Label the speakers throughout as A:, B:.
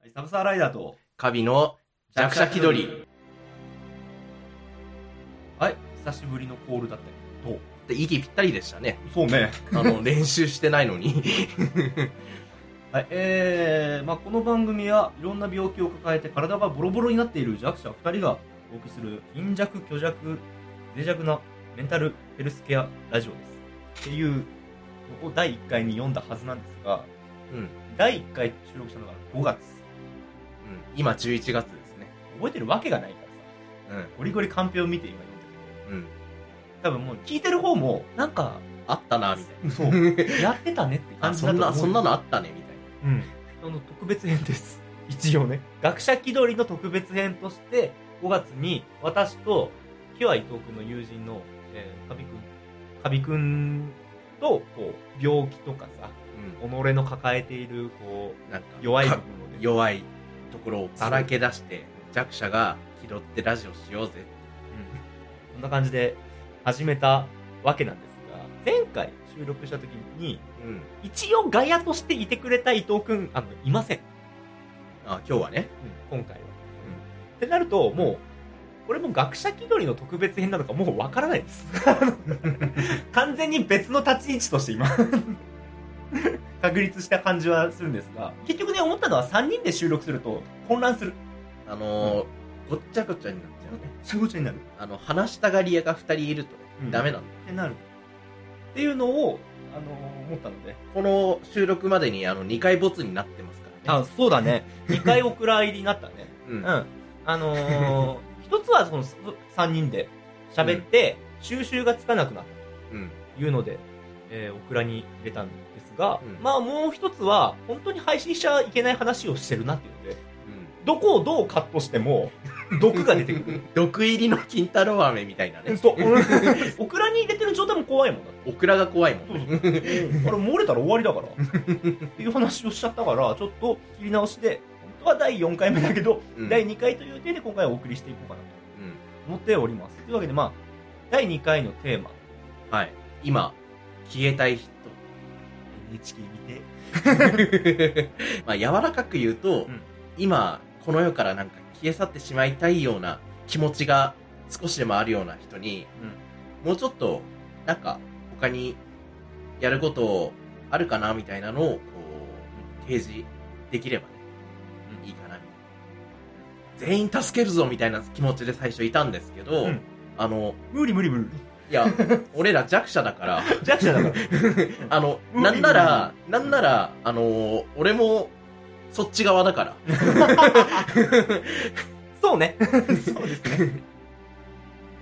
A: はいサブサーライダーと
B: カビの弱者気取り
A: はい久しぶりのコールだったけど
B: で息ぴったりでしたね。
A: そうね
B: あ の、練習してないのに。
A: はいえーまあ、この番組はいろんな病気を抱えて体がボロボロになっている弱者2人がお送りする貧弱虚弱脆弱なメンタルヘルスケアラジオですっていうのを第1回に読んだはずなんですが
B: うん。うん。
A: 第1回収録したのが5月
B: 今11月ですね。
A: 覚えてるわけがないからさゴリゴリカンペを見て今読んだ
B: うん。うん。
A: けど多分もう聞いてる方もなんか
B: あったな、み
A: そ
B: たいな。
A: やってたねって感
B: あ、
A: じだと
B: そん
A: 思う
B: な、そんなのあったね、みたい
A: うん、その特別編です。 一応ね。学者気取りの特別編として、5月に私と、キワ伊藤君の友人の、えー、カビ君、カビ君と、こう、病気とかさ、己の抱えている、こ
B: な。うん。なんか、
A: う、弱い部
B: か
A: 分をね、
B: 弱いところをさらけ出して、弱者が気取ってラジオしようぜ。
A: うんそんな感じで始めたわけなんですが、前回収録した時に、
B: うん。
A: 一応ガヤとしていてくれた伊藤君、あの、いません。
B: あ、今日はね。
A: 今回は。ってなると、もう、これも学者気取りの特別編なのかもうわからないです。 完全に別の立ち位置として 今、確立した感じはするんですが、結局ね、思ったのは3人で収録すると混乱する。
B: あのー、ごっちゃごちゃになっちゃうね。
A: そういうことになる。
B: あの、話したがり屋が二人いるとね、
A: うん
B: ダメなんだ。
A: ってなる。っていうのを、あのー思ったので。
B: この収録までに、あの、2回ボツになってますからね。、
A: そうだ ね。2回お蔵入りになったね。
B: うん。
A: うん。あ のー一つはその3人で喋って、収集がつかなくなった。
B: うん。
A: いうので、えー、オクラに入れたんですが、
B: うん
A: まあもう一つは、本当に配信しちゃいけない話をしてるなっていうので、どこをどうカットして も、毒が出てく
B: 毒入りの金太郎飴みたいな
A: る。
B: ね。
A: そう、 俺オクラに入れてる状態も怖いもんだって。
B: オクラが怖いもんね。
A: あれ漏れたら終わりだから。っていう話をしちゃったから、ちょっと切り直しで、本当は第4回目だけど、
B: うん
A: 第2回という手で今回はお送りしていこうかなと
B: う
A: 思っております。というわけで、まあ、第2回のテーマ、
B: ん。はい。今、消えたい人。
A: NHK 見て、
B: まあ、柔らかく言う
A: う
B: と、
A: ん
B: 今、この世からなんか消え去ってしまいたいような気持ちが少しでもあるような人に、もうちょっと、なんか、他にやることあるかなみたいなのを、こう、提示できればね、いいかなみたいな。全員助けるぞみたいな気持ちで最初いたんですけど、
A: うん
B: あの、
A: 無理無理無理。
B: いや、俺ら弱者だから、
A: 弱者だから。
B: あの、なんなら、なんなら、あのー俺も、そっち側だから。
A: そうね。そうですね。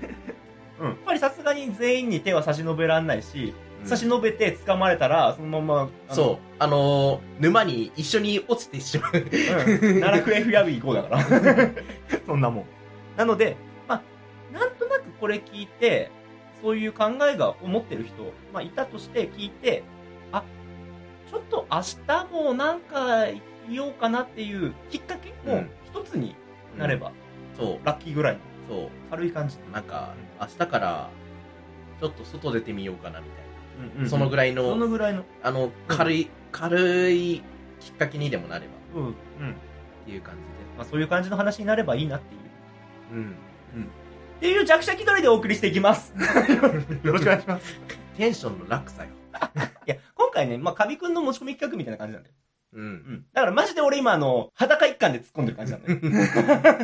A: うん、やっぱりさすがに全員に手は差し伸べらんないし、差し伸べて掴まれたら、そのまま、あの
B: そう。あのー沼に一緒に落ちてしまう。
A: うん奈落へフヤビー行こうだから。 そんなもん。なので、まあ、なんとなくこれ聞いて、そういう考えが思ってる人、まあ、いたとして聞いて、あ、ちょっと明日もなんか言おうかなっていうきっかけ
B: う
A: も
B: ん
A: 一つになれば、
B: そう。
A: ラッキーぐらいの
B: そ
A: 軽い感じ。
B: う。なんか、明日から、ちょっと外出てみようかな、みたいな。そ
A: そ
B: の
A: のぐ
B: ぐ
A: らい
B: らい
A: の。そ
B: の、
A: のぐらいの。
B: あの、軽い、軽いきっかけにでもなれば、
A: うん。うん。
B: っていう感
A: まあそういう感じの話になればいいなっていう。
B: じで。うん。
A: っていう弱者気取りでお送りしていきます。よろしくお願いします。
B: テンションの落差よ。
A: いや、今回ね、まあ、カビくんの持ち込み企画みたいな感じなんだよ。
B: うん。
A: ん。だからマジで俺今あの、裸一貫で突っ込んでる感じなんだよ。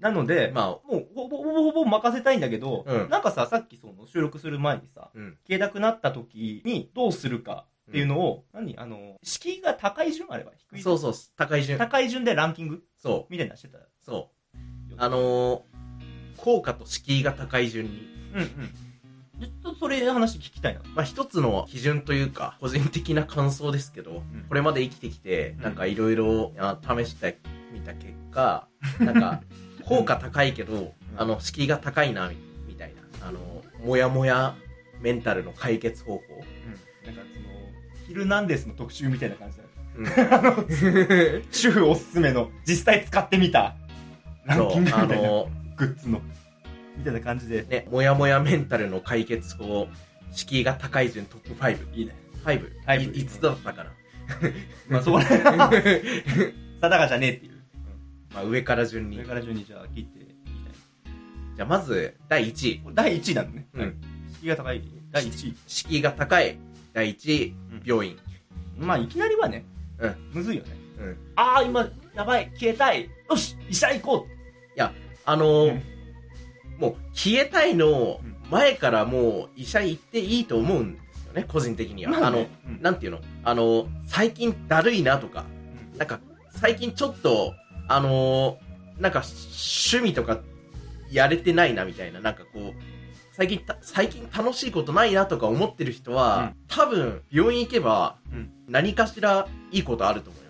A: なので、まあ、
B: まあ、
A: もうほぼほぼほぼ任せたいんだけど、
B: うん
A: なんかさ、さっきその収録する前にさ、
B: うん。
A: 消えなくなった時にどうするかっていうのを、何あの、敷居が高い順あれば低い順
B: そうそう、高い順。
A: 高い順でランキング
B: そう。
A: みたいなのしてたよ。
B: そう。あのー効果と敷居が高い順に。
A: うんうん。ちょっとそれ話聞きたいな。
B: まあ、一つの基準というか、個人的な感想ですけど、これまで生きてきて、なんかいろいろあ試してみた結 果、なんか、効果高いけど、あの、敷居が高いな、みみたいな。あの、もやもやメンタルの解決方法。
A: なんかその、ヒルナンデスの特集みたいな感 じだよ。
B: うん
A: 主婦おすすめの、実際使ってみた、ラン
B: そ
A: キ
B: う
A: ング、みた
B: あ
A: いな、
B: の、
A: グッズの、みたいな感じで。
B: ね、もやもやメンタルの解決法、敷居が高い順トップ5。
A: いいね。
B: 5。
A: 5
B: いいつだったかな。
A: まあそこら辺、定かじゃねえっていう。
B: まあ、上から順
A: そ
B: に
A: れ。から順にじゃあ切っていきたい。
B: じゃあ、まず、第1位。
A: これ第1位なんだね。
B: うん
A: はい。敷居が高い。第1位。
B: 敷居が高い。第1位
A: うん、
B: 病院。
A: まあ、いきなりはね、
B: うん
A: むずいよね。
B: うん
A: ああ、今、やばい、消えたい。よし、医者行こ
B: あのー
A: うん
B: もう、消えたいの
A: うん
B: 前からもう、医者行っていいと思うんですよね、個人的に
A: う。
B: は。
A: ま
B: あの
A: ね、、うん
B: なんていうのあの、最近だるいなとか、なんか、最近ちょっと、あのーなんか、趣味とか、やれてないなみたいな、なんかこう、最近た、最近楽しいことないなとか思ってる人は、
A: うん
B: 多分、病院行けば
A: うん、
B: 何かしらいいことあると思います。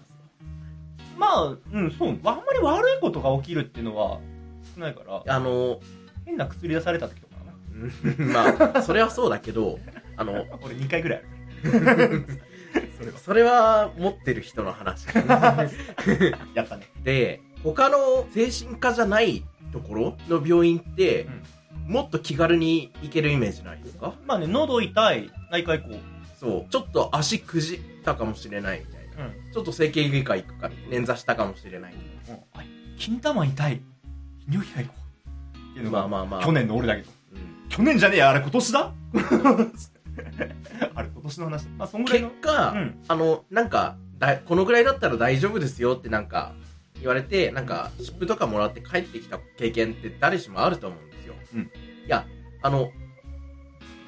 A: まあ、うん、そう。あんまり悪いことが起きるっていうのは少ないから、
B: あの
A: 変な薬出された時とかな。
B: ーまあ、それはそうだ けど、あの、
A: 俺2回ぐらいある。それは。
B: それは持ってる人 の話。
A: やったね。
B: で、他の精神科じゃないところの病院って、
A: うん
B: もっと気軽に行けるイメージないですか
A: まあね、喉痛い、内科行こう。
B: そう。ちょっと足くじったかもしれないみたいな。
A: う
B: ちょっと整形外科行くか、捻挫したかもしれない。
A: ん。うん。あ金玉痛い、泌尿器科行こう。っていうの
B: まあ
A: が、
B: まあまあ。
A: 去年の俺だけど。
B: うん
A: 去年じゃねえや、あれ今年だ あれ今年の話だ。まあ、そんぐらい
B: 結
A: の。
B: 果、
A: うん。
B: あの、なんかだ、このぐらいだったら大丈夫ですよってなんか言われて、なんか、湿布とかもらって帰ってきた経験って誰しもあると思うんですよ。
A: うん
B: いや、あの、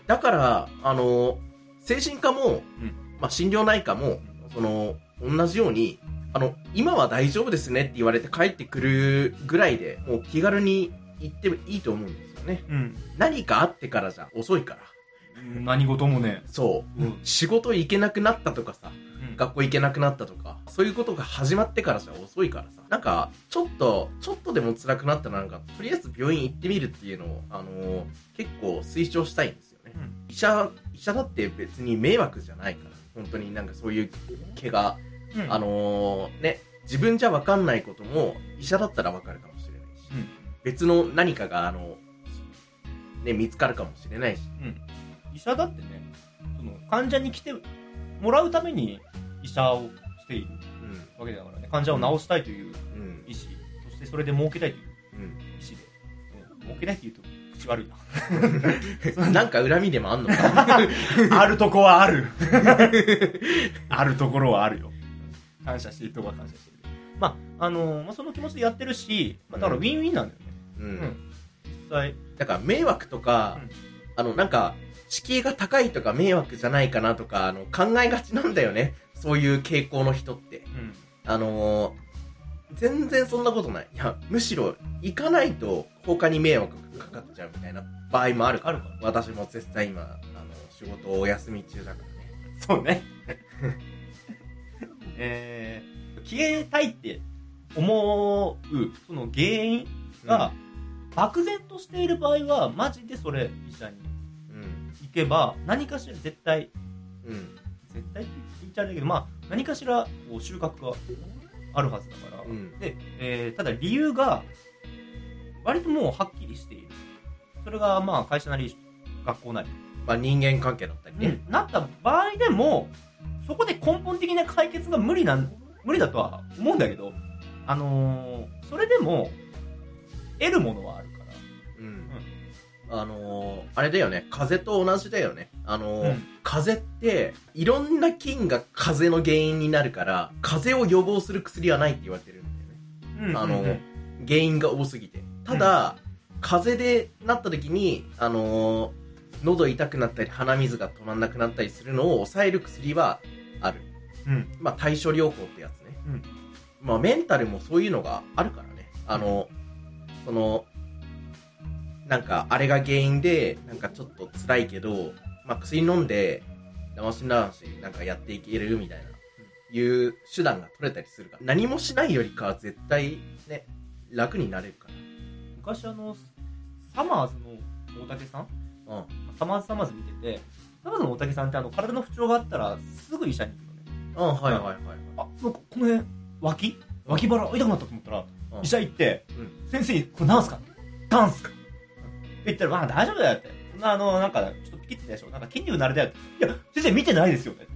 B: だから、あの、精神科も、
A: うん
B: まあ、心療内科も、その、同じように、あの、今は大丈夫ですねって言われて帰ってくるぐらいで、もう気軽に行ってもいいと思うんですよね。
A: うん。
B: 何かあってからじゃ遅いから。
A: うん何事もね。
B: そう。
A: うん。
B: 仕事行けなくなったとかさ、学校行けなくなったとか、そういうことが始まってからじゃ遅いからさ、なんか、ちょっと、ちょっとでも辛くなったらなんか、とりあえず病院行ってみるっていうのを、あのー結構推奨したいんですよね。
A: うん
B: 医者、医者だって別に迷惑じゃないから、本当になんかそういう怪我、
A: うん
B: あ、のーね、自分じゃわかんないことも、医者だったらわかるかもしれないし、
A: うん
B: 別の何かが、あの、ね、見つかるかもしれないし、
A: 医者だってね、その、患者に来てもらうために医者をしている
B: うん、
A: わけだからね。患者を治したいという
B: うん、
A: 意思、そしてそれで儲けたいという
B: うん。
A: 意思で、うん儲けたいって言うと口悪いな。
B: なんか恨みでもあんのか
A: あるとこはある。 あるところはあるよ。感謝してるとこは感謝してる。まあ、あのーまあ、その気持ちでやってるし、まあ、だからウ
B: うん
A: ィンウィンなんだよね。
B: うん
A: 実際。
B: だから迷惑とか、
A: うん
B: あの、なんか、敷居が高いとか迷惑じゃないかなとか、あの、考えがちなんだよね。そういう傾向の人って。
A: うん。
B: あのー全然そんなことない。いや、むしろ、行かないと他に迷惑がかかっちゃうみたいな場合もあるか
A: あ
B: ら。
A: るから。
B: 私も絶対今、あの、仕事をお休み中だからね。
A: そうね。 えー、消えたいって思う、その原因が、漠然としている場合は、マジでそれ、医者に
B: うん、
A: 行けば、何かしら絶対、
B: うん、
A: 絶対って言っちゃあれだけど、まあ、何かしら、こう、収穫があるはずだから。
B: うん、
A: で、えーただ理由が、割ともうはっきりしている。それが、まあ、会社なり、学校なり、
B: まあ人間関係だったりね。
A: なった場合でも、そこで根本的な解決が無理なん、無理だとは思うんだけど、あのーそれでも、得るものはあるから。
B: うんあのーあれだよね風邪と同じだよねあのー
A: うん
B: 風邪っていろんな菌が風邪の原因になるから風邪を予防する薬はないって言われてるんだよねあのー原因が多すぎてただ、風邪でなった時にあのー喉痛くなったり鼻水が止まんなくなったりするのを抑える薬はある、
A: うん
B: まあ対処療法ってやつね、
A: うん
B: まあメンタルもそういうのがあるからねあの、そのなんかあれが原因でなんかちょっと辛いけど、まあ、薬飲んで騙し騙しなんかやっていけるみたいな、いう手段が取れたりするから何もしないよりかは絶対ね楽になれるか
A: 昔あの、サマーズの大竹さん
B: らうん
A: サマーズサマーズ見てて、サマーズの大竹さんってあの、体の不調があったら、すぐ医者に行くのね。
B: あはいはいはいはい
A: あ、なんかこの辺、脇脇腹痛くなったと思ったら、
B: うん
A: 医者行って、
B: う
A: 先生に、これなんすかダンスかって言ったら、まあ大丈夫だよって。そんなあの、なんか、ちょっとピキってたでしょなんか筋肉慣れだよって。いや、先生見てないですよね。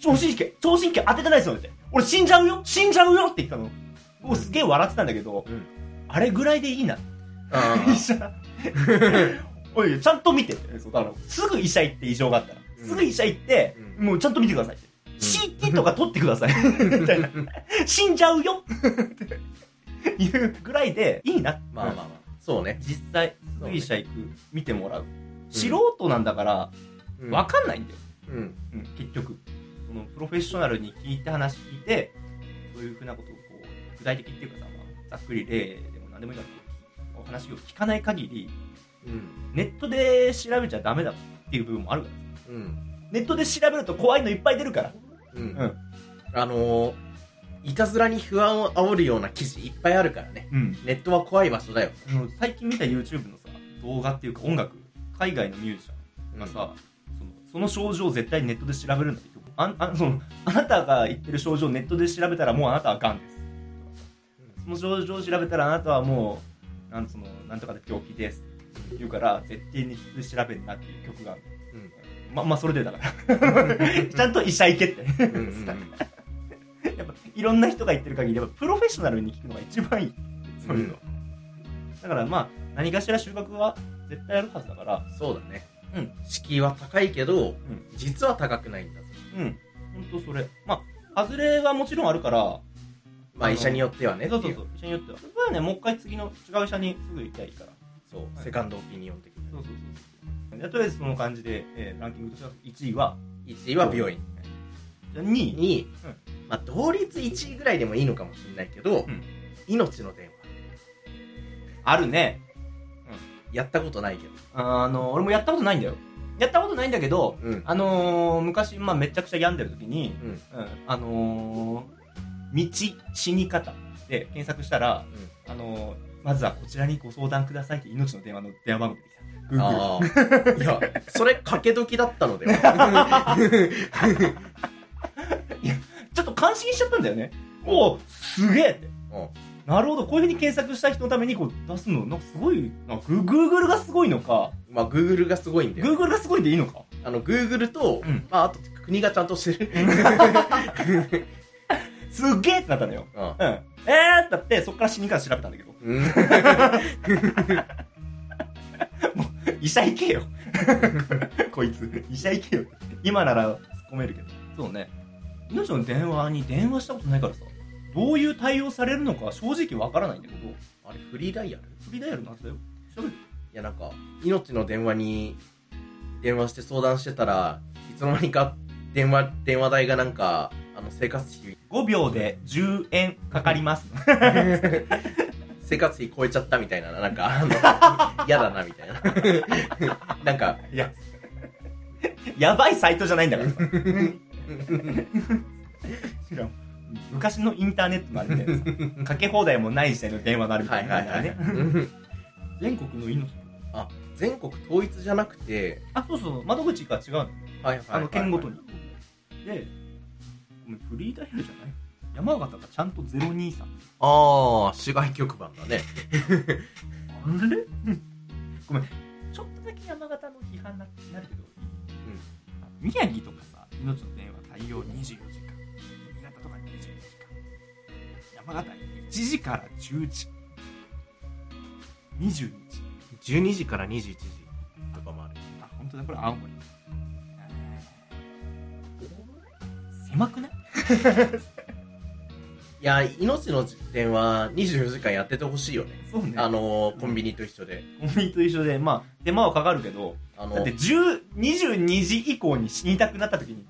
A: 聴診器、聴診器当ててないですよねって。俺死んじゃうよ死んじゃうよって言ったの。もうすげえ笑ってたんだけど、
B: うん
A: あれぐらいでいいな。
B: あ
A: 医者。おい、ちゃんと見てって。そうだからすぐ医者行って異常があったら。
B: うん
A: すぐ医者行って、
B: うん
A: もうちゃんと見てくださいって。CT とか取ってください。みたいな。死んじゃうよっていうぐらいでいいな。
B: まあまあまあ。そうね。
A: 実際、すぐ医者行く、見てもらう。素人なんだから、
B: うん
A: わかんないんだよ。
B: うん。
A: うん、結局。そのプロフェッショナルに聞いて話聞いて、そういうふうなことをこう、具体的っていうかさ、まあざっくり例でも何でもいいんだけど、お話を聞かない限り、
B: うん。
A: ネットで調べちゃダメだっていう部分もあるから
B: うん。
A: ネットで調べると怖いのいっぱい出るから。
B: う。
A: うんん。
B: あのー、いたずらに不安を煽るような記事いっぱいあるからね。
A: うん。
B: ネットは怖い場所だよ。
A: 最近見た YouTube のさ、動画っていうか音楽、海外のミュージシャン。がさ、そのその症状を絶対ネットで調べるんだけどあんあんそのあなたが言ってる症状をネットで調べたらもうあなたはがんですその症状を調べたらあなたはもうなんそのなんとかで病気ですって言うから絶対ネットで調べんなっていう曲がある
B: うん。
A: ままあそれでだから ちゃんと医者行けって
B: うん。うんうん。
A: やっぱいろんな人が言ってる限りやっぱプロフェッショナルに聞くのが一番いいそういうの、だからまあ何かしら収穫は絶対あるはずだから
B: そうだね。
A: うん。
B: 敷居は高いけど、
A: ん
B: 実は高くないんだぞ。
A: うん本当それまあ外れはもちろんあるから
B: まあ、
A: あの
B: 医者によってはね。
A: そうそう
B: って
A: そ
B: いう
A: 医者によってはそこはねもう一回次の違う医者にすぐ行きゃいいから
B: う。そう。
A: はい
B: セカンドオピニオン的な。
A: そうそうそうでとりあえずその感じで、えーランキングとしては1位は
B: 1位は病院。
A: じゃあ2位
B: 2位
A: うん、
B: まあ、同率1位ぐらいでもいいのかもしれないけど
A: うん、
B: 命の電話。
A: あるね
B: やったことないけど。
A: あの俺もやったことないんだよやったことないんだけど
B: うん。
A: あのー昔、まあ、めちゃくちゃ病んでる時に、
B: うん。
A: うんあのー道死に方で検索したら、あのーまずはこちらにご相談くださいって命の電話の電話番組できた Google
B: ああ。いや、それ掛け時だったので は。
A: ちょっと感心しちゃったんだよねおおすげえって
B: うん
A: なるほど、こういうふうに検索した人のためにこう出すの、なんかすごい、なんかグーグルがすごいのか、
B: まあ、Google がすごいんだ
A: グー
B: よ。
A: グルがすごいでいいのか。
B: あの、Google と
A: うん、
B: まあ、あと国がちゃんとしてる。
A: すっげえってなったのよ。
B: うん
A: うん。えーってなって、そっから死にから調べたんだけど、
B: うん。
A: 医者行けよ。 こいつ、医者行けよ。今なら突っ込めるけど。そうね。命の電話に電話したことないからさ、どういう対応されるのか正直わからないんだけど、
B: あれ、フリーダイヤルい
A: フリーダイヤルのはずだよ。調べて。
B: や、なんか、命の電話に電話して相談してたら、いつの間にか電話、電話代がなんか、あの、生活費、
A: 5秒で10円かかります。
B: 生活費超えちゃったみたいな、なんか、あの、 嫌だな、みたいな。 なんか、
A: いや、 やばいサイトじゃないんだから さ。しかも昔のインターネットのあれみたいなさかけ放題もない時代の電話があるみた
B: はいい
A: な
B: は
A: ね、
B: いはい。うん
A: 全国の命
B: 全国統一じゃなくて、
A: あそうそう窓口が違うの、
B: はいはいはい
A: あの県ごとに、でごめんフリーダイヤルじゃない山形がちゃんと023
B: ああ、市外局番だね。
A: あれごめんちょっとだけ山形の批判にななるけど、あ宮城とかさ命の電話対応24時間新潟とか24時間山形1時から10時22時
B: 12時から21時とかもある。
A: あ本当だこれ青森狭くない
B: いや、命の電話24時間やっててほしいよね。
A: そうね
B: あのー、コンビニと一緒で。
A: コンビニと一緒でまあ手間はかかるけどだ
B: あ
A: っ
B: の
A: て、10 22時以降に死にたくなった時に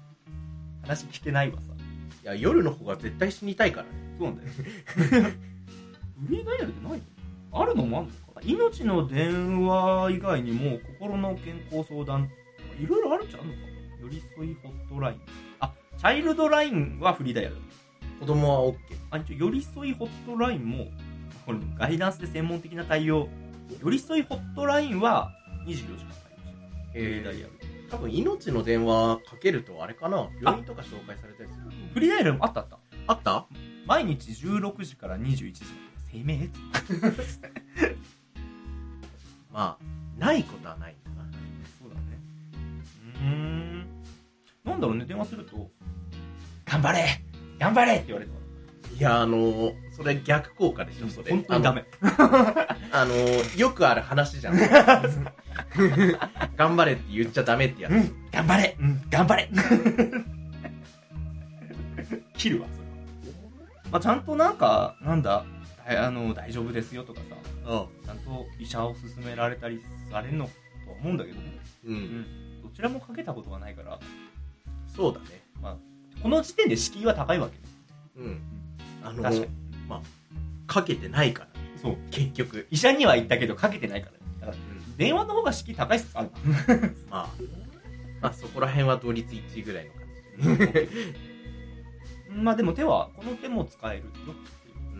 A: 話聞けないわさ
B: いや、夜の方が絶対死にたいからね。
A: そう なんだよフリーダイヤルってないのあるのもあるのか命の電話以外にも心の健康相談いろいろあるっちゃあるのか寄り添いホットラインあチャイルドラインはフリーダイヤル
B: 子供は OK。
A: あ一応寄り添いホットラインもこれでもガイダンスで専門的な対応寄り添いホットラインは24時間対応してるフリーダイヤル
B: 多分、命の電話かけると、あれかな病院とか紹介されたりする。
A: フリーダイヤルもあったあった
B: あった
A: 毎日16時から21時生命
B: まあ、ないことはないんだな。
A: そうだねうーんなんだろうね電話すると「頑張れ頑張れ!」って言われた
B: いや、あの、それ逆効果でしょ、それ。
A: 本当にダメ。
B: あの。あの、よくある 話じゃん。頑張れって言っちゃダメってやつ。
A: ん、頑張れうん、頑張れ切るわ、それは。まあ、ちゃんとなんか、なんだ、だあの、大丈夫ですよとかさ、ちゃんと医者を勧められたりされるのとは思うんだけどね。
B: うん。うん。
A: ん。どちらもかけたことがないから、
B: そうだね。
A: この時点で敷居は高いわけ。
B: うん。あの、
A: 確かに。
B: かけてないから、
A: そう。
B: 結局。
A: 医者には行ったけど、かけてないから。だから
B: うん
A: 電話の方が敷居高いっすある。
B: まあ、まあそこら辺は同率1位ぐらいの感じ で。
A: まあでも手は、この手も使えるよっていう。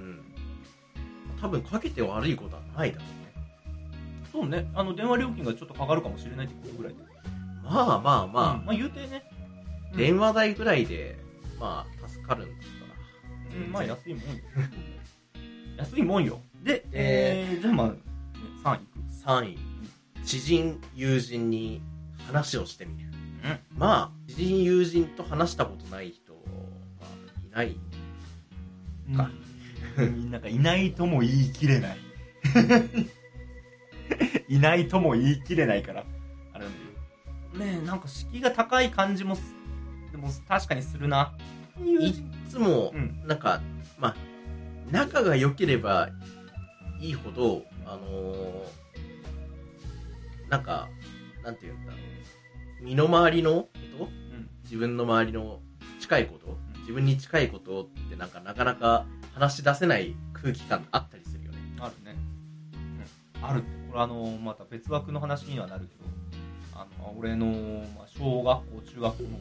B: うん。多分かけて悪いことはないだろ
A: そうね、あの電話料金がちょっとかかるかもしれないってことぐらいで。
B: うね。まあまあまあ、
A: うんまあ言うてね、うん
B: 電話代ぐらいで、まあ、助かるんだったら。
A: うん、まあ
B: 全然
A: 安いもんよ。 安いもんよ。で、え
B: え
A: ー、じゃあまあ、ね3位いく。
B: 3位、知人、友人に話をしてみる。
A: ん
B: まあ、知人、友人と話したことない人は、まあ、い ない。か
A: うん、なんかいないとも言い切れ ない。いないとも言い切れないから。あれなんだよ。ねえ、なんか敷居が高い感じもす、でも確かにするな。
B: いつも
A: う、ん。
B: なんか、まあ、仲が良ければいいほど、あのーなんか、なんていうんだろう。身の回りのこと
A: うん。
B: 自分の周りの近いこと
A: ん
B: 自分に近いことってなんかなかなか話し出せない空気感あったりするよね。
A: あるね、あるこれあのまた別枠の話にはなるけどあの俺の、まあ、小学校中学校の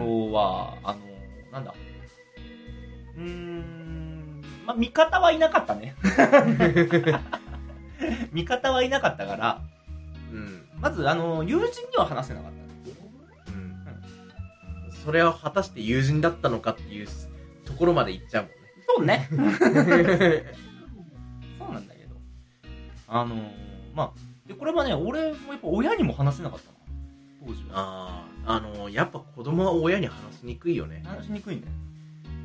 A: 頃は、あのなんだうーんまあ味方はいなかった ね味方はいなかったから
B: うん。
A: まずあの友人には話せなかったね
B: うん。それは果たして友人だったのかっていうところまで行っちゃうも
A: そうね
B: んね。
A: そうなんだけどあのまあでこれはね俺もやっぱ親にも話せなかったな当時は
B: ああ、あの、やっぱ子供は親に話しにくいよね。
A: 話しにくいね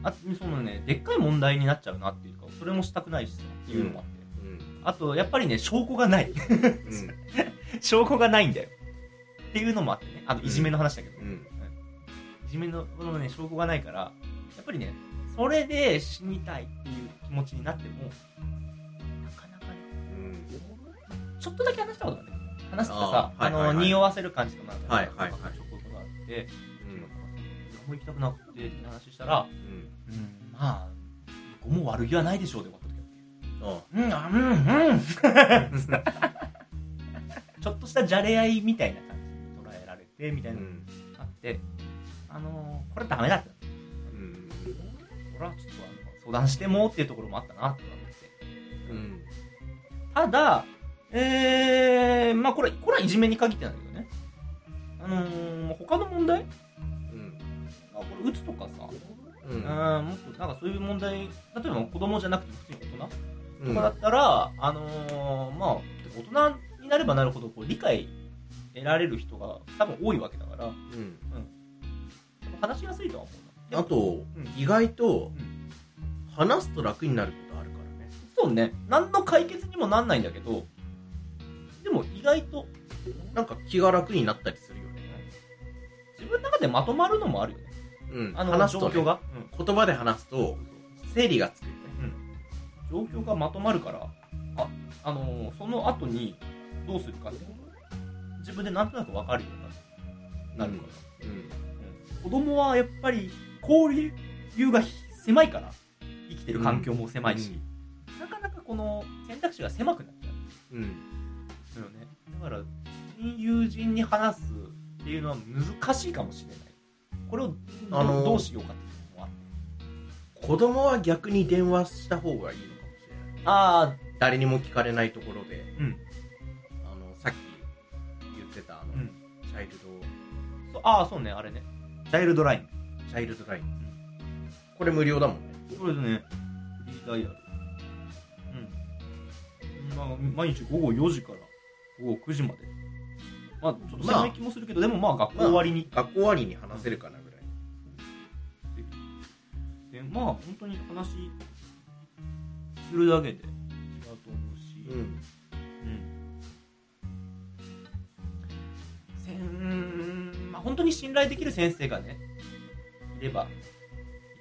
A: あそのねでっかい問題になっちゃうなっていうかそれもしたくないしさっていうのもあって、
B: うん。
A: あとやっぱりね証拠がない
B: うん。
A: 証拠がないんだよっていうのもあってねあのいじめの話だけど、
B: うん
A: いじめのこのね証拠がないからやっぱりねそれで死にたいっていう気持ちになってもなかなかね
B: うん。
A: ちょっとだけ話したことがね話すとかさ
B: あ
A: あ
B: ーはいはい
A: の
B: はい
A: 匂わせる感じとかなんか
B: はいはいはい
A: ちょっとことがあって何も行きたくなくてって話したら
B: うん。
A: うん、まあ、向こうも悪気はないでしょうで終わった時
B: あ
A: うん、あうん、うん。ちょっとしたじゃれ合いみたいな感じに捉えられて、みた
B: う
A: いなの
B: ん。
A: があって、あのーこれダメだって。
B: うん。
A: 俺はちょっとあの相談してもっていうところもあったなって思って。
B: うん。
A: ただ、えー、まあこれ、これはいじめに限ってなんだけどね。あのー他の問題
B: うん。
A: あこれ、うつとかさ、
B: う。
A: うんん、もっとなんかそういう問題、例えば子供じゃなくて普通に大人
B: う
A: と
B: ん
A: かだったら、あのーまあ、大人になればなるほどこう理解得られる人が多分多いわけだから、
B: うん。
A: 話しやすいとは思うな。
B: あ、と、
A: うん
B: 意外と
A: う、
B: 話すと楽になることあるからね。
A: そうね、何の解決にもなんないんだけど、でも意外と
B: なんか気が楽になったりするよね。
A: 自分の中でまとまるのもあるよね。
B: うん。
A: あの、
B: 話す
A: 状
B: とね、
A: 況が、
B: 言葉で話すと、整理がつくよね。
A: うん状況がまとまるから、あ、あのーその後にどうするかって、自分でなんとなくわかるようになるから。
B: うん。
A: 子供はやっぱり交流が狭いから生きてる環境も狭いし、なかなかこの選択肢が狭くなっちゃ
B: うん。
A: うのよねだから友人に話すっていうのは難しいかもしれないこれをど,、
B: あのー
A: どうしようかっていうのは
B: 子供は逆に電話した方がいいのかもしれない。
A: あ
B: 誰にも聞かれないところで、
A: あうん
B: あの、さっき言ってた、あの、
A: うん
B: チャイルド、
A: そうああそうねあれねチャイルドライン
B: チャイルドライン。これ無料だもんね。
A: これでねリーダイヤルうんまあ毎日午後4時から午後9時までまあちょっと狭い気もするけど、でもまあ学校終わりに
B: 学校終わりに話せるかなぐらい。
A: 電ねまあ本当に話するだけで違うと思うし、
B: うん。
A: せんまあ、本当に信頼できる先生がねいればい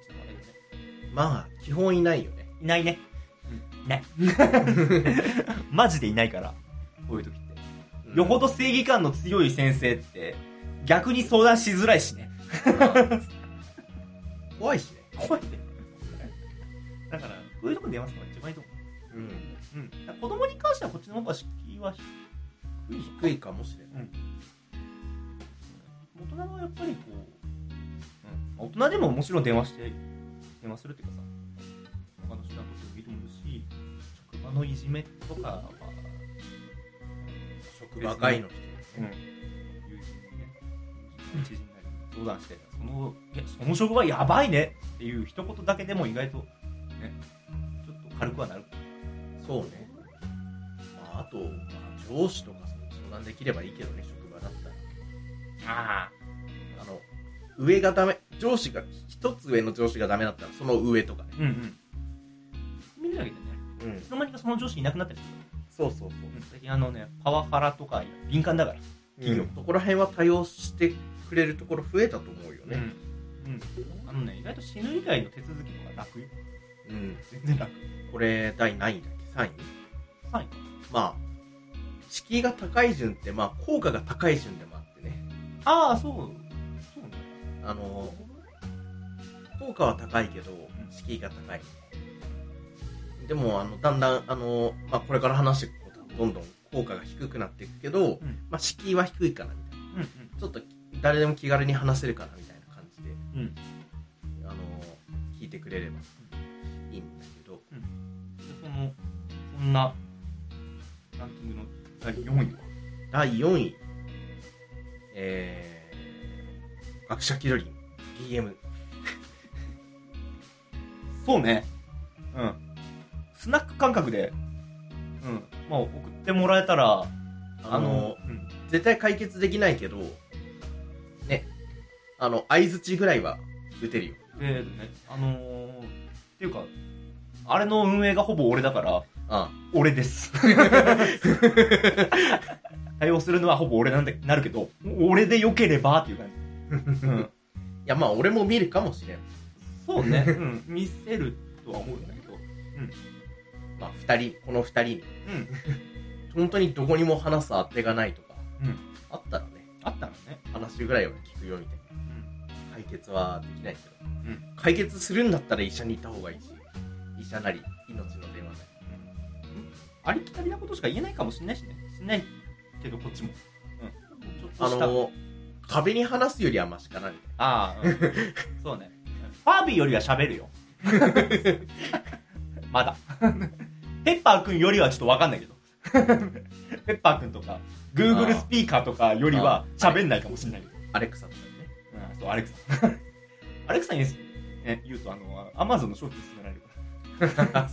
A: つもあれだね
B: まあ、基本いないよね。
A: いないね、い ないマジでいないからこういう時って
B: うん
A: よほど正義感の強い先生って逆に相談しづらいしね
B: 怖いしね。
A: 怖いねだからこういうとこで電話すのが一番いいと思
B: うん。
A: う、うん、だから子供に関してはこっちの方が敷居は低いのか
B: 低いかもしれない。
A: 大人はやっぱりこう、うん、大人でももちろん電話して電話するっていうかさ他の手段とってもいいと思うし職場のいじめとかは、
B: 職場外の人。
A: うん、友人にね知人なりに相談してそのいやその職場やばいねっていう一言だけでも意外とねちょっと軽くはなる
B: そうね。まあ、あと、まあ、上司とかその相談できればいいけどね、職場だったら。
A: あ
B: あの、上がダメ、上司が、一つ上の上司がダメだったら、その上とかね。
A: うんうん見るだけでね
B: うん
A: い。つの間にかその上司いなくなったりする
B: そうそうそう。
A: 最近あのねパワハラとか敏感だから
B: 企業、
A: うん
B: そこら辺は対応してくれるところ増えたと思うよね。
A: うん、あのね意外と死ぬ以外の手続きの方が楽よ
B: うん。
A: 全然楽
B: これ、第何位だっけ ?3 位
A: 3位
B: まあ、敷居が高い順って、まあ、効果が高い順でもあってね。
A: ああそうそうね
B: あの、効果は高いけど
A: ん、
B: 敷居が高い。でも、あの、だんだん、あの、まあ、これから話していくことは、どんどん効果が低くなっていくけど、
A: うん
B: まあ、敷居は低いかな、みたいな。
A: うんうん
B: ちょっと誰でも気軽に話せるかなみたいな感じで、
A: うん
B: あの聞いてくれればいいんだけど、
A: でそのそんなランキングの第4位は
B: 第4位、えー、学者気取り、DM。
A: そうねうんスナック感覚でうんまあ送ってもらえたら
B: あの、
A: うん
B: 絶対解決できないけど、ね、あの、相づちぐらいは打てるよ。
A: でねあのー、っていうかあれの運営がほぼ俺だから
B: あ
A: 俺です。対応するのはほぼ俺なんでなるけど、俺で良ければっていう感じ。うん、
B: あいや、まあ、俺も見るかもしれん。
A: そうね、うん。見せるとは思うんだけど。
B: まあ、二人、この二人に。
A: うん。
B: 本当にどこにも話すあてがないとか、
A: うん
B: あったらね、
A: あったのね。
B: 話ぐらいは聞くよみたいな。
A: うん。
B: 解決はできないけど、
A: ん
B: 解決するんだったら医者に行った方がいいし医者なり命の電話なり
A: ありきたりなことしか言えないかもしれないしね。しないけど、こっちも。うん。ちょっ
B: あ
A: とした。
B: の壁に話すよりはマシかなみたい
A: ああ、うん、そうね。ファービーよりは喋るよ。 まだ。ペッパーくんよりはちょっとわかんないけど。ペッパーくんとか、Google スピーカーとかよりは喋んないかもしれないけど。
B: なアレクサとかね
A: うん、そう、アレクサ。 アレクサに、ね、言うと、あの、Amazon の商品勧められる から。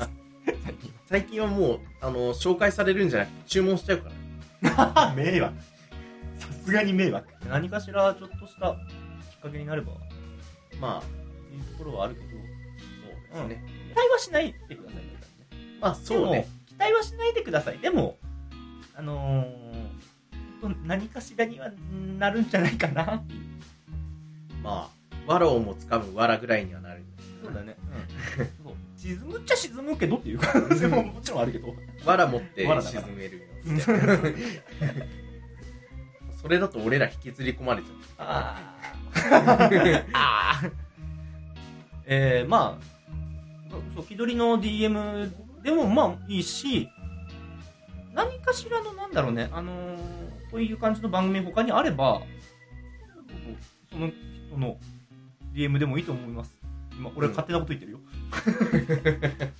A: 最近
B: 最近はもうあの紹介されるんじゃなくて注文しちゃうからね
A: は。迷惑。さすがに迷惑。何かしらちょっとしたきっかけになれば、って
B: まあ
A: いうところはあるけど、
B: そうですね、
A: 期待はしないでくださいって感じね。
B: まあそうね
A: 期待はしないでくださいでもあのー、何かしらにはなるんじゃないかなっていう
B: まあわらをもつかむわらぐらいにはなる
A: そうだね、うん、そう沈むっちゃ沈むけどっていう 可能性ももちろんあるけど
B: わら持って
A: 藁だから
B: 沈めるよみたいな それだと俺ら引きずり込まれちゃう
A: あー あーえー、まあそう気取りの DM でもまあいいし何かしらのなんだろうねあのーこういう感じの番組他にあればその人の DM でもいいと思います今俺
B: うん
A: 勝手なこと言ってるよ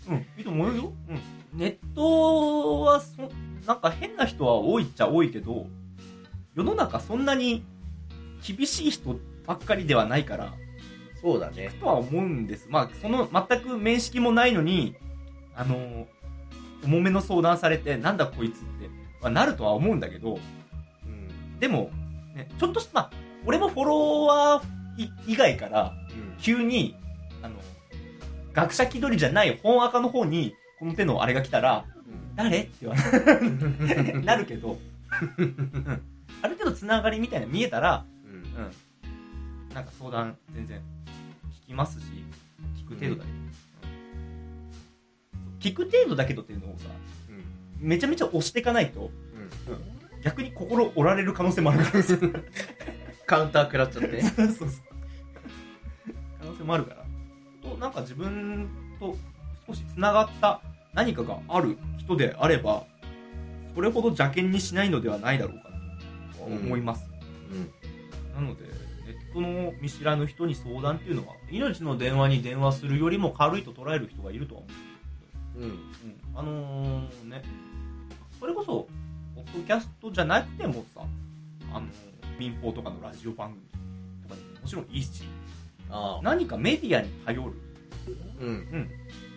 A: うん、いいと思うよ、うん、ネットはそなんか変な人は多いっちゃ多いけど世の中そんなに厳しい人ばっかりではないから
B: そうだね
A: とは思うんですまあその全く面識もないのにあの重めの相談されてなんだこいつって、まあなるとは思うんだけど
B: うん
A: でも、ね、ちょっとしたまあ俺もフォロワーい以外から
B: うん
A: 急にあの学者気取りじゃない本赤の方に、この手のあれが来たら、誰って言われるなるけど、ある程度つながりみたいなの見えたら、うん。なんか相談全然聞きますし、聞く程度だけど。聞く程度だけどっていうのをさ、めちゃめちゃ押していかないと、逆に心折られる可能性もある からさ。
B: カウンター食らっちゃって。
A: そうそうそう可能性もあるから。と、なんか自分と少し繋がった何かがある人であれば、それほど邪険にしないのではないだろうかなとは思います。なので、ネットの見知らぬ人に相談っていうのは、命の電話に電話するよりも軽いと捉える人がいるとは思う。
B: うん。
A: うん、あのー、ね、それこそ、ポッドキャストじゃなくてもさ、あのー民放とかのラジオ番組とかでももちろんいいし、
B: ああ。
A: 何かメディアに頼る
B: うん。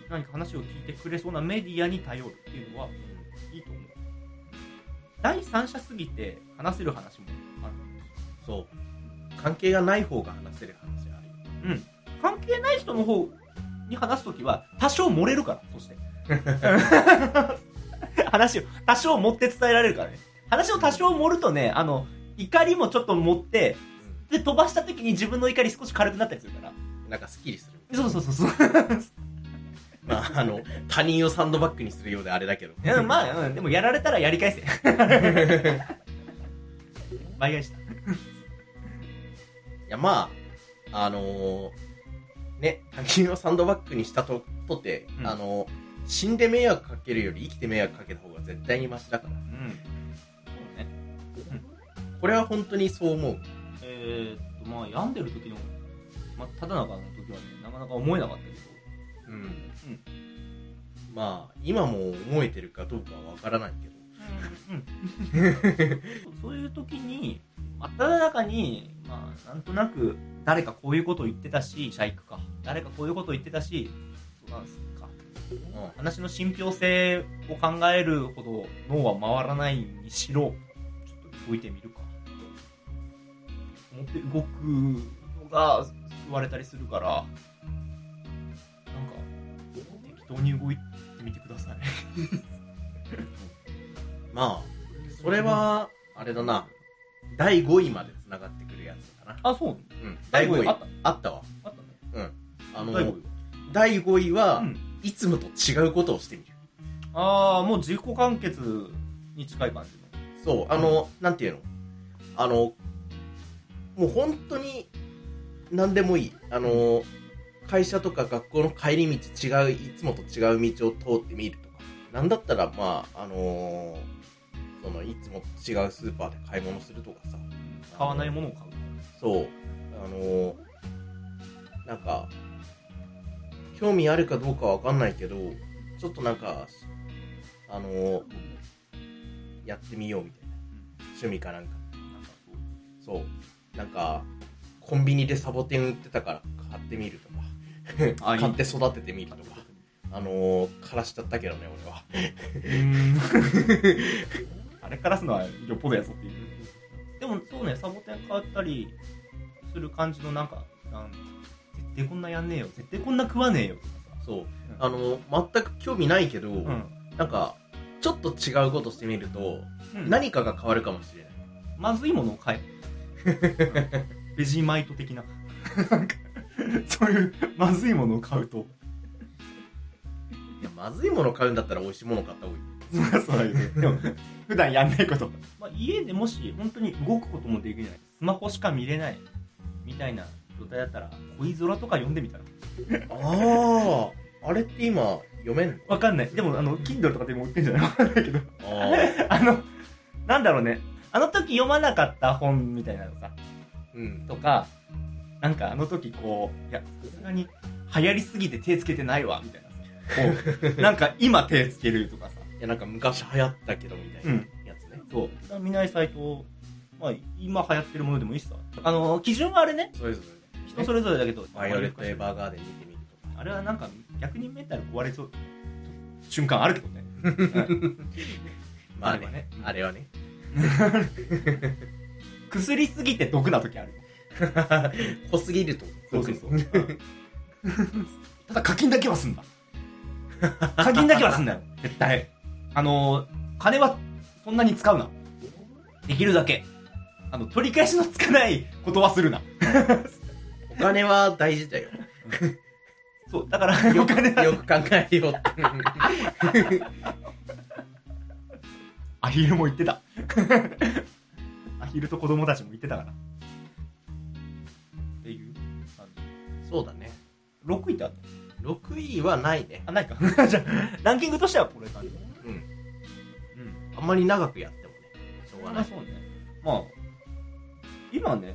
A: 何か話を聞いてくれそうなメディアに頼るっていうのはいいと思う第三者すぎて話せる話もあ
B: そう。関係がない方が話せる話あるよ。
A: るうん関係ない人の方に話すときは多少漏れるからそして 話を多少持って伝えられるからね話を多少盛るとねあの怒りもちょっと持ってで飛ばした時に自分の怒り少し軽くなったりするから
B: なんかスッキリする。
A: そうそうそうそう
B: まあ、あの、他人をサンドバッグにするようであれだけど。
A: うん、まあ、うん、でもやられたらやり返 せ。倍返した。
B: いや、まあ、あのーね、他人をサンドバッグにしたと、とて、
A: うん
B: あのー死んで迷惑かけるより生きて迷惑かけた方が絶対にマシだから
A: う。ん。そうね。
B: これは本当にそう思う。
A: えー、っと、まあ、病んでる時の、まあ、ただ中の時はね、なかなか思えなかったけど、
B: うん。まあ、今も思えてるかどうかはわからないけど。
A: うん。そういう時に、まあ、ただ中に、まあ、なんとなく、誰かこういうことを言ってたし、社育か。誰かこういうことを言ってたし、そうなんすか。
B: うん
A: 話の信憑性を考えるほど脳は回らないにしろちょっと動いてみるか思って動くのが言われたりするからなんか適当に動いてみてください
B: まあ、それは、あれだな、第5位まで繋がってくるやつだな。
A: あそう
B: うん。
A: 第
B: 第
A: 5
B: 5
A: 位
B: 位。
A: あった
B: あったわ。
A: あったね
B: あ
A: 第
B: の、
A: 5位
B: 第5位は、
A: うん
B: いつもと違うことをしてみる。
A: ああもう自己完結に近い感じの
B: そう、あの、なんていうのあの、もう本当に、何でもいい。あの、会社とか学校の帰り道違う、いつもと違う道を通ってみるとか。なんだったら、まあ、あのその、いつもと違うスーパーで買い物するとかさ。
A: 買わないものを買う
B: そう。あのーなんか、興味あるかどうかわかんないけど、ちょっとなんか、あのーやってみようみたいな。趣味かなんか。
A: なんかそう
B: そう。なんか、コンビニでサボテン売ってたから買ってみるとか。
A: あいい
B: 買って育ててみるとか。あのー、枯らしちゃったけどね、俺は。
A: うーんあれからすのはよっぽどやぞっていうでもそうねサボテン買ったりする感じのなんかなん絶対こんなやんねえよ絶対こんな食わねえよとかさ
B: そう。あのー全く興味ないけど、なんか、ちょっと違うことしてみると、
A: うん
B: 何かが変わるかもしれない。
A: まずいものを買 えベジマイト的ななんかそういうまずいものを買うと
B: いや、まずいもの買うんだったら美味しいもの買った方がいい。
A: そりゃ そうだよねでも普段やんないこと、まあ、家でもし本当に動くこともできないスマホしか見れないみたいな状態だったら恋空とか読んでみたら
B: ああ、あれって今、読めんの
A: わかんない。でも、あの、Kindle とかでも売ってんじゃないわかんないけど。
B: あ あ、
A: あの、なんだろうね。あの時読まなかった本みたいなのさ、
B: うん。
A: とか、なんかあの時こう、いや、さすがに流行りすぎて手つけてないわ、みたいなさ。 こう、なんか今手つけるとかさ。
B: いや、なんか昔流行ったけど、みたいなやつね。
A: そう。普段見ないサイト、まあ、今流行ってるものでもいいしさ。あの、基準はあれね、
B: それぞれ。
A: 人それぞれだけど。
B: バイオレット・エヴァーガーデン見てみるとか。
A: あれはなんか逆にメンタル壊れそう、瞬間あるけどね。うん
B: まあ
A: あれはね
B: ね、あれはね。
A: 薬すぎて毒な時ある。
B: 濃すぎると。
A: そうそうそう。ただ課金だけは すんだ。課金だけはすんだよ。絶対。あのー、金はそんなに使うな。できるだけ。あの、取り返しのつかないことはするな。
B: お金は大事だ よ。
A: そう、だ から、お金は
B: よく考えよう って。
A: アヒルも言ってた。 アヒルと子供たちも言ってたから。っていう感じ。
B: そうだね。
A: 6位ってあった
B: 6位はないね。
A: あ、ないか。 じゃあ、ランキングとしてはこれ感じ。
B: うん。
A: うん。
B: あんまり長くやってもね、しょうが
A: ま
B: な
A: あ
B: い。
A: そうね。まあ、今ね、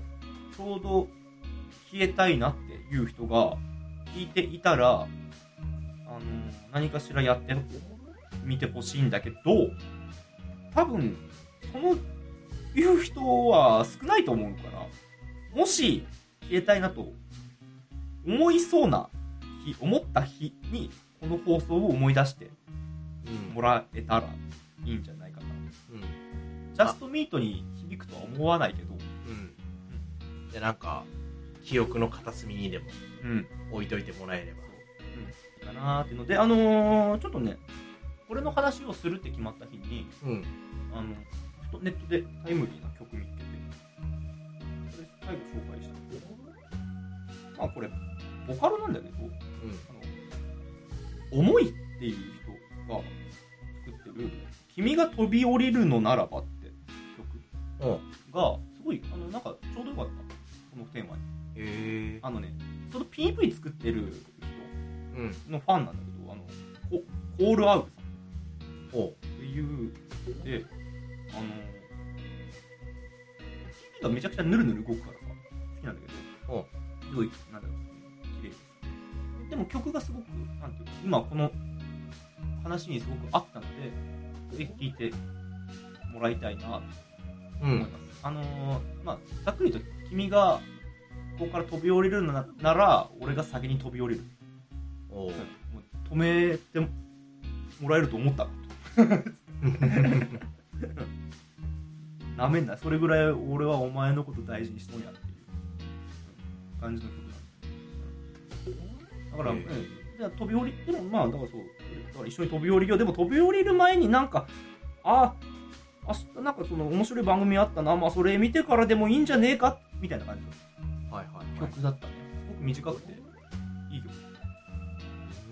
A: ちょうど消えたいなっていう人が聞いていたら、あの何かしらやってみてほしいんだけど、多分、その、いう人は少ないと思うから、もし消えたいなと思いそうな日、思った日に、この放送を思い出して
B: うん
A: もらえたらいいんじゃないかな。
B: うん。
A: ジャストミートに響くとは思わないけど、
B: うん。で、なんか、記憶の片隅にでも
A: うん。
B: 置いといてもらえれば。
A: そう。うん。かなーっていうので、あのー、ちょっとね、これの話をするって決まった日に、
B: うん。
A: あの、ふとネットでタイムリーな曲見つけて、これ最後紹介したんですけどまあこれ、ボカロなんだけど、あの、思いっていう人が作ってる、君が飛び降りるのならばって曲
B: うん。うん。
A: が、すごい、あの、なんかちょうどよかった。このテーマに。
B: へえ。
A: あのね、その PV 作ってる
B: うん。
A: 人のファンなんだけど、あの、ココールアウトさん
B: おう。
A: っていう人で、あの、TV がめちゃくちゃヌルヌル動くからさ、好きなんだけ
B: おう
A: ど、すごい、なんだろう、綺麗です。でも曲がすごく、なんていうか、今この話にすごく合ったので、ぜひ聴いてもらいたいな
B: う
A: 思い
B: ん。
A: ます。あのーまあ、ざっくりと、君がここから飛び降りるのななら、俺が先に飛び降りる。
B: お
A: も
B: う。
A: う止めてもらえると思った。なめんな。それぐらい俺はお前のこと大事にしとんやっていう感じの曲なんだ。だから、
B: え
A: う
B: え
A: んじゃあ飛び降り、でもまあ、だからそう、だから一緒に飛び降りよう。でも飛び降りる前になんか、あ、明日なんかその面白い番組あったな、まあそれ見てからでもいいんじゃねえかみたいな感じの
B: はいはいはい。
A: 曲だったね。すごく短くて、いい曲。ス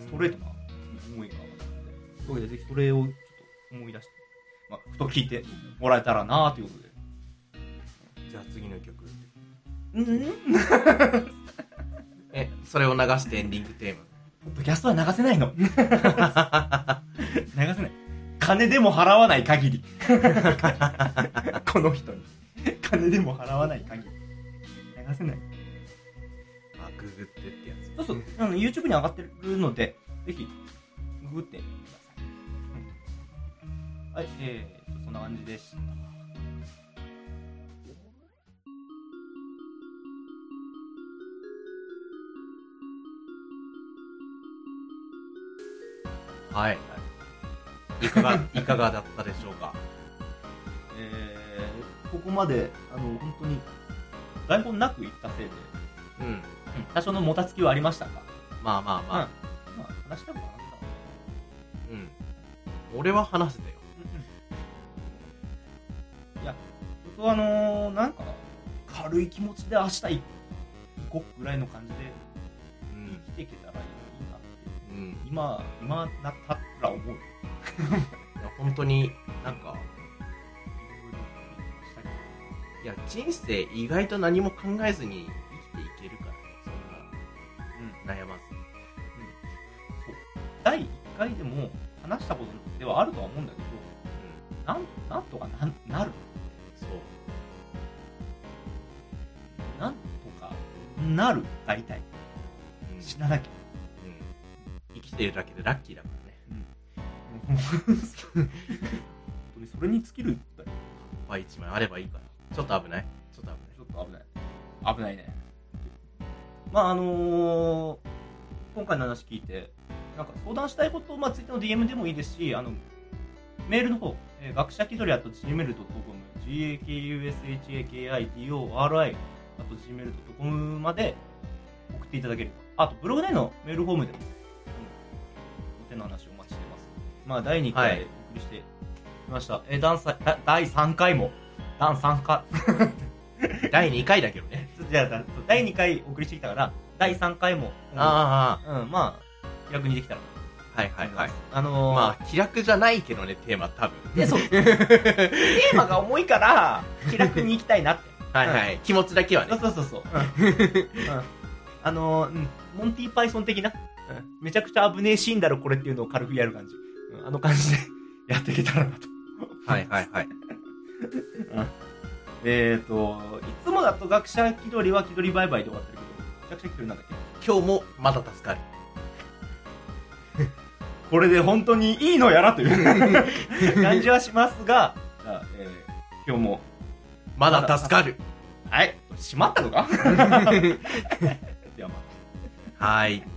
A: トレートな思いがあったので、というわけでぜひそれをちょっと思い出して、まあ、ふと聞いてもらえたらなということで。
B: じゃあ次の曲。
A: うん
B: え、それを流してエンディングテーマ。
A: ポッドキャストは流せないの。 流せない。金でも払わない限り。この人に。 金でも払わない限り。流せない。
B: あ、ググってってやつ。
A: そうそう、あの YouTube に上がってるので、ぜひ、ググってください。うんはい、えー、そんな感じでした。
B: はい。いかが、いかがだったでしょうか。
A: えーここまで、あの、本当に、台本なく行ったせいで、
B: うん。
A: 多少のもたつきはありましたが、
B: まあまあまあ。
A: まあ、話したもなかった
B: うん。俺は話せたよ。
A: いや、僕はあのーなんか、軽い気持ちで明日行こうぐらいの感じで
B: うん。
A: 生きていけたらいいなって、
B: うん。
A: 今、今なったら思う。
B: いや本当になんか、
A: したけど
B: いや、人生意外と何も考えずに生きていけるからね。そんな、悩まずに。
A: そう第1回でも話したことではあるとは思うんだけど、なんなんとかなんなる、
B: そう。
A: なんとかなる、大体、
B: うん
A: 死ななきゃ。
B: うん生きてるだけでラッキーだからね。
A: もう本当 にそれに尽きるんだよ。
B: パイ一枚あればいいから。ちょっと危ないちょっと危ない。
A: ちょっと危ない。危ないね。まああのー今回の話聞いて、なんか相談したいこと、まあ、Twitter の DM でもいいですし、あの、メールの方、えー学者気取りあと gmail.com、gakushakitori あと gmail.com まで送っていただければ、あとブログでのメールフォームでも、うん、お手の話お待ちしてます。まあ、第2
B: は
A: 回お
B: い
A: 送りしてきました。え、第3回、第3回も、第3回、
B: 第2回だけどね。
A: ちょっとじゃあ、第2回お送りしてきたから、第3回も、うん
B: あ
A: うん、まあ、気楽にできたら。
B: あ、はいはいはい。。
A: あのー、
B: まあ、気楽じゃないけどね、テーマ多分。
A: で そうテーマが重いから、気楽に行きたいなって。
B: はいはい。気持ちだ けは
A: そう
B: ね。
A: そうそうそう。うんあのー、うんモンティーパイソン的な、うんめちゃくちゃ危ねえシーンだろ、これっていうのを軽くやる感じ。うんあの感じで やっていけたらなと。
B: はいはいはい。
A: えーと、いつもだと学者気取りは気取りバイバイで終わってるけど、学者気取りなんだっけ
B: 今日もまだ助かる。
A: これで本当にいいのやらという 感じはしますが、じゃあえー今日も、
B: まだ助かる。
A: はい、閉まったのかではまた
B: はい。